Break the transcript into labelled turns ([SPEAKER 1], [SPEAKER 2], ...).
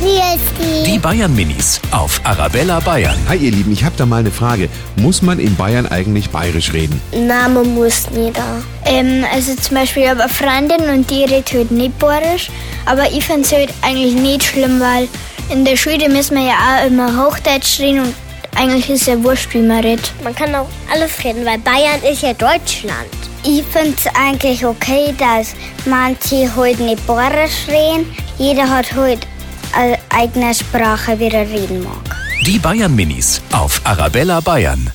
[SPEAKER 1] Tschüssi.
[SPEAKER 2] Die Bayern Minis auf Arabella Bayern.
[SPEAKER 3] Hi ihr Lieben, ich habe da mal eine Frage. Muss man in Bayern eigentlich bayerisch reden?
[SPEAKER 1] Name muss nicht da.
[SPEAKER 4] Ähm, also zum Beispiel ich habe eine Freundin und die redet halt nicht Bayerisch. Aber ich finde es halt eigentlich nicht schlimm, weil in der Schule müssen wir ja auch immer Hochdeutsch reden und eigentlich ist ja wurscht, wie man redet.
[SPEAKER 5] Man kann auch alles reden, weil Bayern ist ja Deutschland.
[SPEAKER 6] Ich finde es eigentlich okay, dass manche heute halt nicht Bayerisch reden. Jeder hat heute halt eine eigene Sprache, wie er reden mag.
[SPEAKER 2] Die Bayern Minis auf Arabella Bayern.